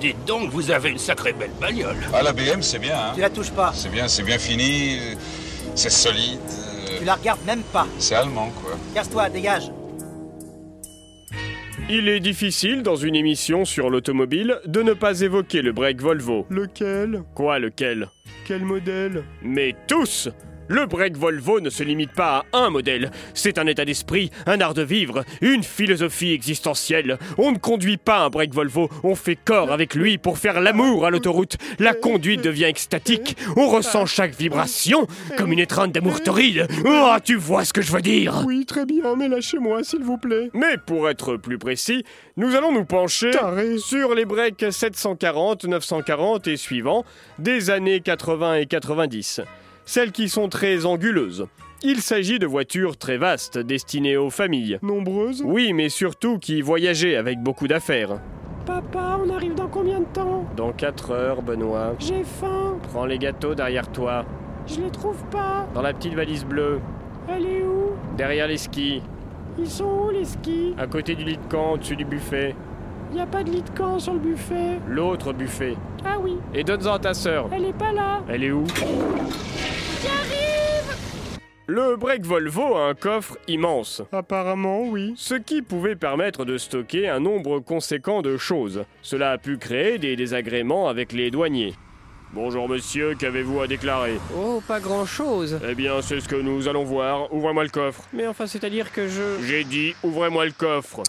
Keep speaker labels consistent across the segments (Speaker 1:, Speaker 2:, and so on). Speaker 1: Dites donc, vous avez une sacrée belle bagnole.
Speaker 2: Ah, la BM, c'est bien, hein
Speaker 3: Tu la touches pas.
Speaker 2: C'est bien, c'est bien fini, euh, c'est solide, euh,
Speaker 3: Tu la regardes même pas.
Speaker 2: c'est allemand, quoi.
Speaker 3: Casse-toi, dégage.
Speaker 4: Il est difficile dans une émission sur l'automobile de ne pas évoquer le break Volvo. Lequel Quoi lequel Quel modèle Mais tous Le break Volvo ne se limite pas à un modèle. C'est un état d'esprit, un art de vivre, une philosophie existentielle. On ne conduit pas un break Volvo, on fait corps avec lui pour faire l'amour à l'autoroute. La conduite devient extatique, on ressent chaque vibration comme une étreinte d'amour torride. Ah, tu vois ce que je veux dire
Speaker 5: Oui, très bien, mais lâchez-moi, s'il vous plaît.
Speaker 4: mais pour être plus précis, nous allons nous pencher
Speaker 5: Taré.
Speaker 4: sur les breaks 740, 940 et suivants des années 80 et 90, celles qui sont très anguleuses. Il s'agit de voitures très vastes destinées aux familles.
Speaker 5: Nombreuses
Speaker 4: Oui, mais surtout qui voyageaient avec beaucoup d'affaires.
Speaker 5: Papa, on arrive dans combien de temps
Speaker 4: Dans 4 heures, Benoît,
Speaker 5: J'ai faim,
Speaker 4: prends les gâteaux derrière toi,
Speaker 5: je les trouve pas.
Speaker 4: dans la petite valise bleue,
Speaker 5: Elle est où
Speaker 4: derrière les skis,
Speaker 5: Ils sont où les skis
Speaker 4: à côté du lit de camp, au-dessus du buffet,
Speaker 5: Y a pas de lit de camp sur le buffet.
Speaker 4: l'autre buffet.
Speaker 5: Ah oui,
Speaker 4: Et donne-en à ta sœur.
Speaker 5: elle est pas là.
Speaker 4: Elle est où Le break Volvo a un coffre immense,
Speaker 5: Apparemment, oui.
Speaker 4: ce qui pouvait permettre de stocker un nombre conséquent de choses. Cela a pu créer des désagréments avec les douaniers. Bonjour monsieur, qu'avez-vous à déclarer
Speaker 6: Oh, pas grand chose.
Speaker 4: Eh bien, c'est ce que nous allons voir. Ouvrez-moi le coffre.
Speaker 6: Mais enfin, c'est-à-dire que je.
Speaker 4: J'ai dit, ouvrez-moi le coffre.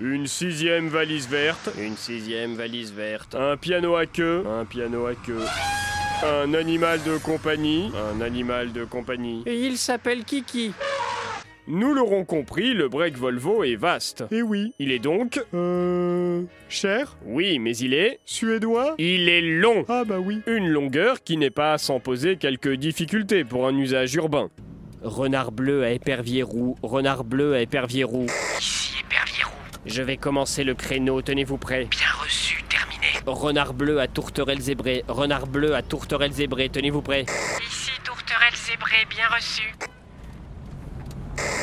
Speaker 4: Une sixième valise verte,
Speaker 6: Une sixième valise verte.
Speaker 4: un piano à queue, un piano à queue, un animal de compagnie, un animal de compagnie.
Speaker 6: Et il s'appelle Kiki.
Speaker 4: Nous l'aurons compris, le break Volvo est vaste.
Speaker 5: Eh oui.
Speaker 4: Il est donc,
Speaker 5: Euh. Cher
Speaker 4: oui, mais il est,
Speaker 5: Suédois
Speaker 4: il est long.
Speaker 5: Ah bah oui.
Speaker 4: Une longueur qui n'est pas sans poser quelques difficultés pour un usage urbain.
Speaker 6: Renard bleu à épervier roux. Renard bleu à épervier roux. Ici épervier roux. Je vais commencer le créneau, tenez-vous prêts.
Speaker 7: Bien reçu, terminé.
Speaker 6: Renard bleu à tourterelle zébrée. Renard bleu à tourterelle zébrée, tenez-vous prêts.
Speaker 7: Ici, tourterelle zébrée, bien reçu.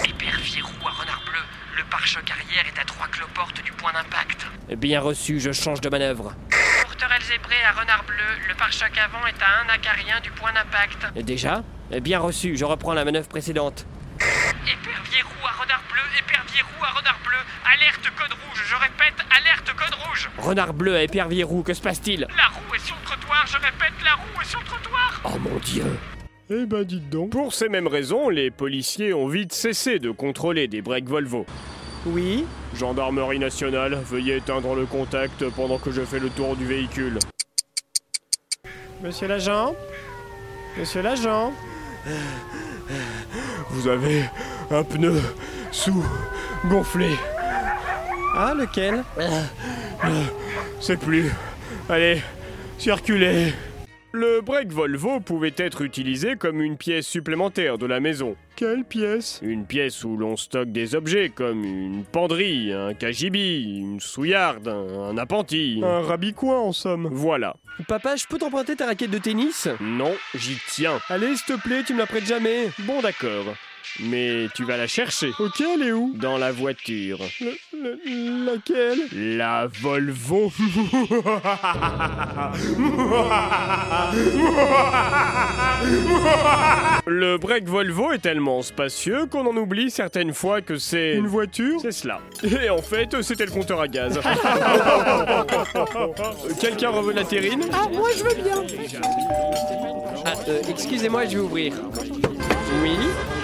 Speaker 7: Épervier roux à renard bleu. Le pare-choc arrière est à trois cloportes du point d'impact.
Speaker 6: Bien reçu, je change de manœuvre.
Speaker 7: Tourterelle zébrée à renard bleu. Le pare-choc avant est à un acharien du point d'impact.
Speaker 6: Déjà Bien reçu, je reprends la manœuvre précédente.
Speaker 7: Épervier roux à renard bleu. Épervier roux à renard bleu. Alerte code rouge. Je répète, alerte code rouge.
Speaker 6: Renard bleu à épervier roux, que se passe-t-il
Speaker 7: La roue est sur le trottoir. Je répète, la roue est sur le trottoir.
Speaker 6: Oh mon dieu
Speaker 5: Eh bah dites donc.
Speaker 4: Pour ces mêmes raisons, les policiers ont vite cessé de contrôler des breaks Volvo.
Speaker 3: Oui.
Speaker 4: Gendarmerie nationale, veuillez éteindre le contact pendant que je fais le tour du véhicule.
Speaker 5: Monsieur l'agent Monsieur l'agent
Speaker 4: Vous avez un pneu sous gonflé.
Speaker 5: Ah, lequel
Speaker 4: C'est plus. Allez, circulez. Le break Volvo pouvait être utilisé comme une pièce supplémentaire de la maison.
Speaker 5: Quelle pièce
Speaker 4: Une pièce où l'on stocke des objets comme une penderie, un cagibi, une souillarde, un un appentis.
Speaker 5: Un rabicoin, en somme.
Speaker 4: Voilà.
Speaker 6: Papa, je peux t'emprunter ta raquette de tennis
Speaker 4: Non, j'y tiens.
Speaker 6: Allez, s'il te plaît, tu me la prêtes jamais
Speaker 4: Bon d'accord. Mais tu vas la chercher.
Speaker 5: Ok, elle est où
Speaker 4: Dans la voiture.
Speaker 5: Le- le- Laquelle
Speaker 4: La Volvo. Le break Volvo est tellement spacieux qu'on en oublie certaines fois que c'est...
Speaker 5: Une voiture
Speaker 4: C'est cela. Et en fait, c'était le compteur à gaz. Quelqu'un reveut la terrine
Speaker 6: Ah, moi je veux bien Ah, euh, excusez-moi, je vais ouvrir. Oui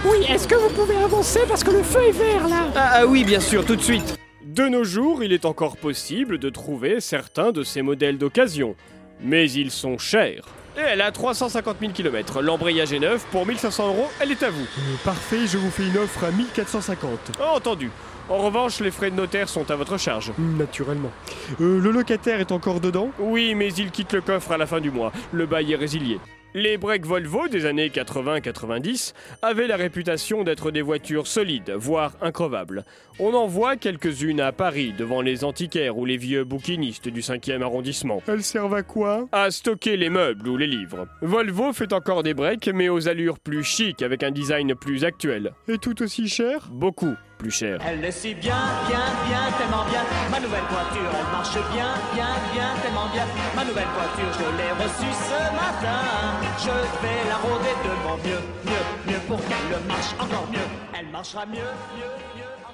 Speaker 5: Oui, est-ce que vous pouvez avancer parce que le feu est vert là
Speaker 6: ah, ah oui, bien sûr, tout de suite
Speaker 4: De nos jours, il est encore possible de trouver certains de ces modèles d'occasion, mais ils sont chers. Et elle a 350 000 km. L'embrayage est neuf. Pour 1500 euros, elle est à vous.
Speaker 5: Parfait, je vous fais une offre à 1450.
Speaker 4: Ah, entendu. En revanche, les frais de notaire sont à votre charge.
Speaker 5: Naturellement. Euh, le locataire est encore dedans
Speaker 4: Oui, mais il quitte le coffre à la fin du mois. Le bail est résilié. Les breaks Volvo des années 80-90 avaient la réputation d'être des voitures solides, voire increvables. On en voit quelques-unes à Paris, devant les antiquaires ou les vieux bouquinistes du 5e arrondissement.
Speaker 5: Elles servent à quoi
Speaker 4: à stocker les meubles ou les livres. Volvo fait encore des breaks, mais aux allures plus chic avec un design plus actuel.
Speaker 5: Et tout aussi cher
Speaker 4: Beaucoup. plus cher.
Speaker 8: Elle le suit bien, bien, bien, tellement bien. Ma nouvelle voiture, elle marche bien, bien, bien, tellement bien. Ma nouvelle voiture, je l'ai reçue ce matin. Je vais la rôder de mon mieux, mieux, mieux pour qu'elle marche encore mieux. Elle marchera mieux, mieux, mieux.